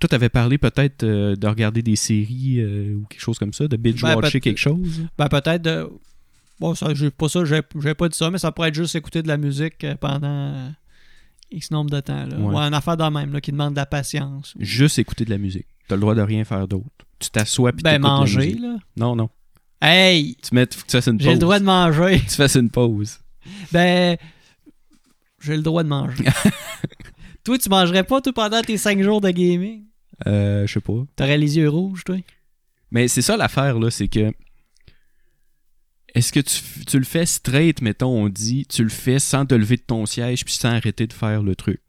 B: Toi, t'avais parlé peut-être euh, de regarder des séries euh, ou quelque chose comme ça, de
A: Ben,
B: binge-watcher
A: peut-
B: quelque chose.
A: Ben peut-être de. Bon, ça, j'ai pas ça, j'ai j'ai pas dit ça, mais ça pourrait être juste écouter de la musique euh, pendant euh, X nombre de temps. Là.
B: Ouais.
A: Ouais, une affaire dans le même, là, qui demande de la patience.
B: Juste écouter de la musique. T'as le droit de rien faire d'autre. Tu t'assois puis
A: Ben
B: t'écoutes la
A: manger,
B: musique.
A: là.
B: Non, non.
A: Hey!
B: Tu mets, faut que tu fasses une pause.
A: J'ai le droit de manger.
B: Tu fasses une pause.
A: Ben, j'ai le droit de
B: (laughs)
A: manger. toi, tu mangerais pas tout pendant tes 5 jours de gaming.
B: Euh, je sais pas.
A: T'aurais les yeux rouges, toi.
B: Mais c'est ça l'affaire, là, c'est que. Est-ce que tu, f- tu le fais straight, mettons, on dit, tu le fais sans te lever de ton siège puis sans arrêter de faire le truc.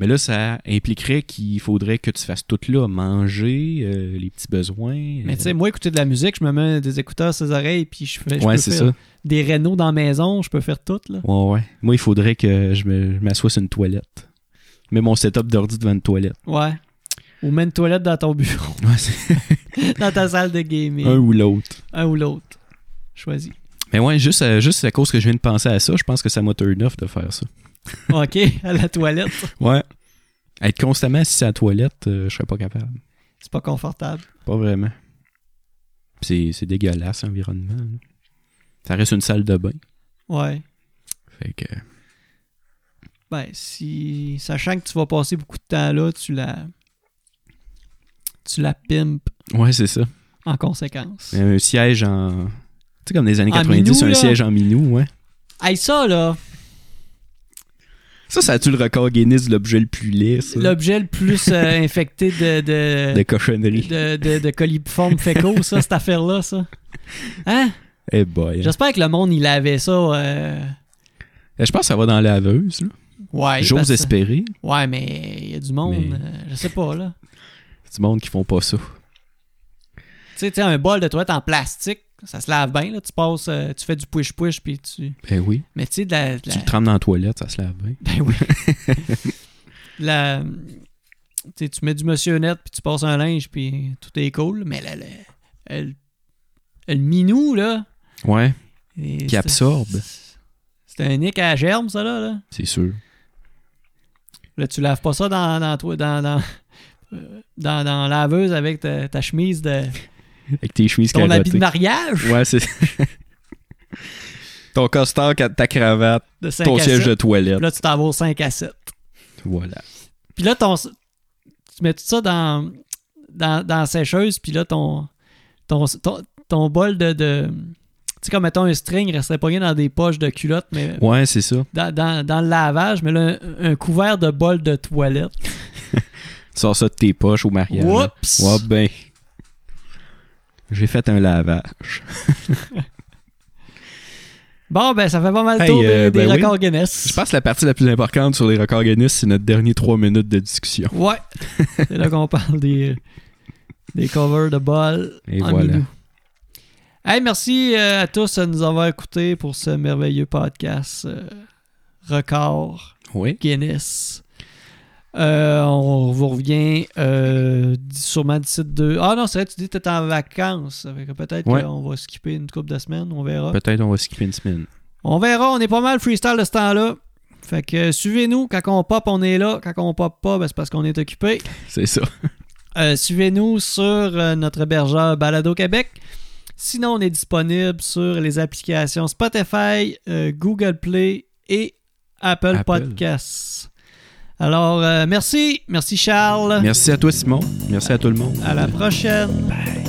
B: Mais là, ça impliquerait qu'il faudrait que tu fasses tout là, manger, euh, les petits besoins. euh,
A: Mais tu sais, moi, écouter de la musique, je me mets des écouteurs sur les oreilles, puis je fais je
B: ouais,
A: peux
B: c'est
A: faire
B: ça.
A: des rénaux dans la maison, je peux faire tout, là.
B: Ouais, ouais. Moi, il faudrait que je me- je m'assoie sur une toilette. Mets mon setup d'ordi devant une toilette.
A: Ouais. Ou mets une toilette dans ton bureau,
B: Ouais, c'est
A: dans ta salle de
B: un (laughs)
A: gaming.
B: ou l'autre.
A: Un, ou l'autre. Choisis.
B: Mais ouais, juste, euh, juste à cause que je viens de penser à ça, je pense que ça m'a turn off de faire ça.
A: OK, (laughs) à la toilette.
B: Ouais. Être constamment assis à la toilette, euh, je serais pas capable.
A: C'est pas confortable.
B: Pas vraiment. Puis C'est c'est dégueulasse, l'environnement. là. Ça reste une salle de bain.
A: Ouais.
B: Fait que.
A: Ben, si. Sachant que tu vas passer beaucoup de temps là, tu la. Tu la pimpes
B: euh, Ouais, c'est ça.
A: en conséquence.
B: Un siège en. Tu sais, comme des années
A: En
B: 90,
A: minou,
B: un
A: là.
B: siège en minou, ouais.
A: Hey, ça, là,
B: Ça, ça a-tu le record Guinness de l'objet le plus laid, ça?
A: l'objet le plus
B: (laughs)
A: euh, infecté de, de,
B: De cochonnerie.
A: de, de, de coliforme fécaux, ça, cette affaire-là, ça. Hein?
B: Eh boy. hein.
A: J'espère que le monde, il avait ça. euh,
B: Eh, Je pense que ça va dans la laveuse, là.
A: Ouais. parce-
B: J'ose espérer.
A: Ouais, mais il y a du monde,
B: Mais-
A: euh, je sais pas, là.
B: C'est du monde qui font pas ça.
A: Tu sais, tu sais, un bol de toilette en plastique, ça se lave bien, là. Tu passes, euh, tu fais du push-push, puis tu.
B: Ben oui.
A: Mais tu sais, de la- de
B: Tu
A: la...
B: le trembles dans la toilette, ça se lave bien.
A: (laughs) Ben oui. la, tu sais, tu mets du monsieur net, puis tu passes un linge, puis tout est cool, mais le, le, elle- le minou, là...
B: Ouais,
A: et
B: Qui
A: c'est-
B: absorbe.
A: C'est un nick à germe, ça, là. Là,
B: c'est sûr.
A: Là, tu laves pas ça dans dans, toi- dans, dans, euh, dans, dans la laveuse avec ta, ta chemise de,
B: Avec tes chemises
A: Ton habit de
B: carottées.
A: mariage
B: Ouais, c'est. Ton costard, ta cravate,
A: de 5
B: ton
A: à
B: siège
A: 7.
B: de toilette.
A: Puis là, tu t'en vas au 5 à 7.
B: Voilà.
A: Puis là, ton, tu mets tout ça dans, dans, dans la sécheuse, puis là, ton, ton, ton, ton bol de... de tu sais, comme mettons un string, resterait pogné dans des poches de culotte, mais
B: Ouais, c'est ça.
A: dans, dans, dans le lavage, mais là, un, un couvert de bol de toilette.
B: Tu sors ça de tes poches au mariage.
A: Whoops!
B: Ouais, ben. J'ai fait un lavage.
A: Bon, ben, ça fait pas mal le
B: Hey,
A: tour des, des
B: euh, ben oui.
A: records
B: Je
A: Guinness.
B: pense que la partie la plus importante sur les records Guinness, c'est notre dernier 3 minutes de discussion.
A: Ouais. C'est là qu'on parle des, des covers de bol.
B: Et
A: en
B: voilà.
A: minou. Hey, merci euh, à tous de nous avoir écoutés pour ce merveilleux podcast euh, record
B: Oui.
A: Guinness. Euh, on vous revient euh, d- sûrement d'ici deux. Ah non, c'est vrai, tu dis que tu en vacances. Ça fait que Peut-être
B: Ouais.
A: qu'on va skipper une couple de semaines. On verra.
B: Peut-être on va skipper une semaine.
A: On verra, on est pas mal freestyle de ce temps-là. Fait que euh, suivez-nous. Quand on pop, on est là. Quand on pop pas, ben, c'est parce qu'on est occupé.
B: C'est ça.
A: Euh, Suivez-nous sur euh, notre hébergeur Balado Québec. Sinon, on est disponible sur les applications Spotify, euh, Google Play et Apple,
B: Apple.
A: Podcasts. Alors, euh, merci. Merci Charles.
B: Merci à toi, Simon. Merci à tout le monde.
A: À la prochaine.
B: Bye.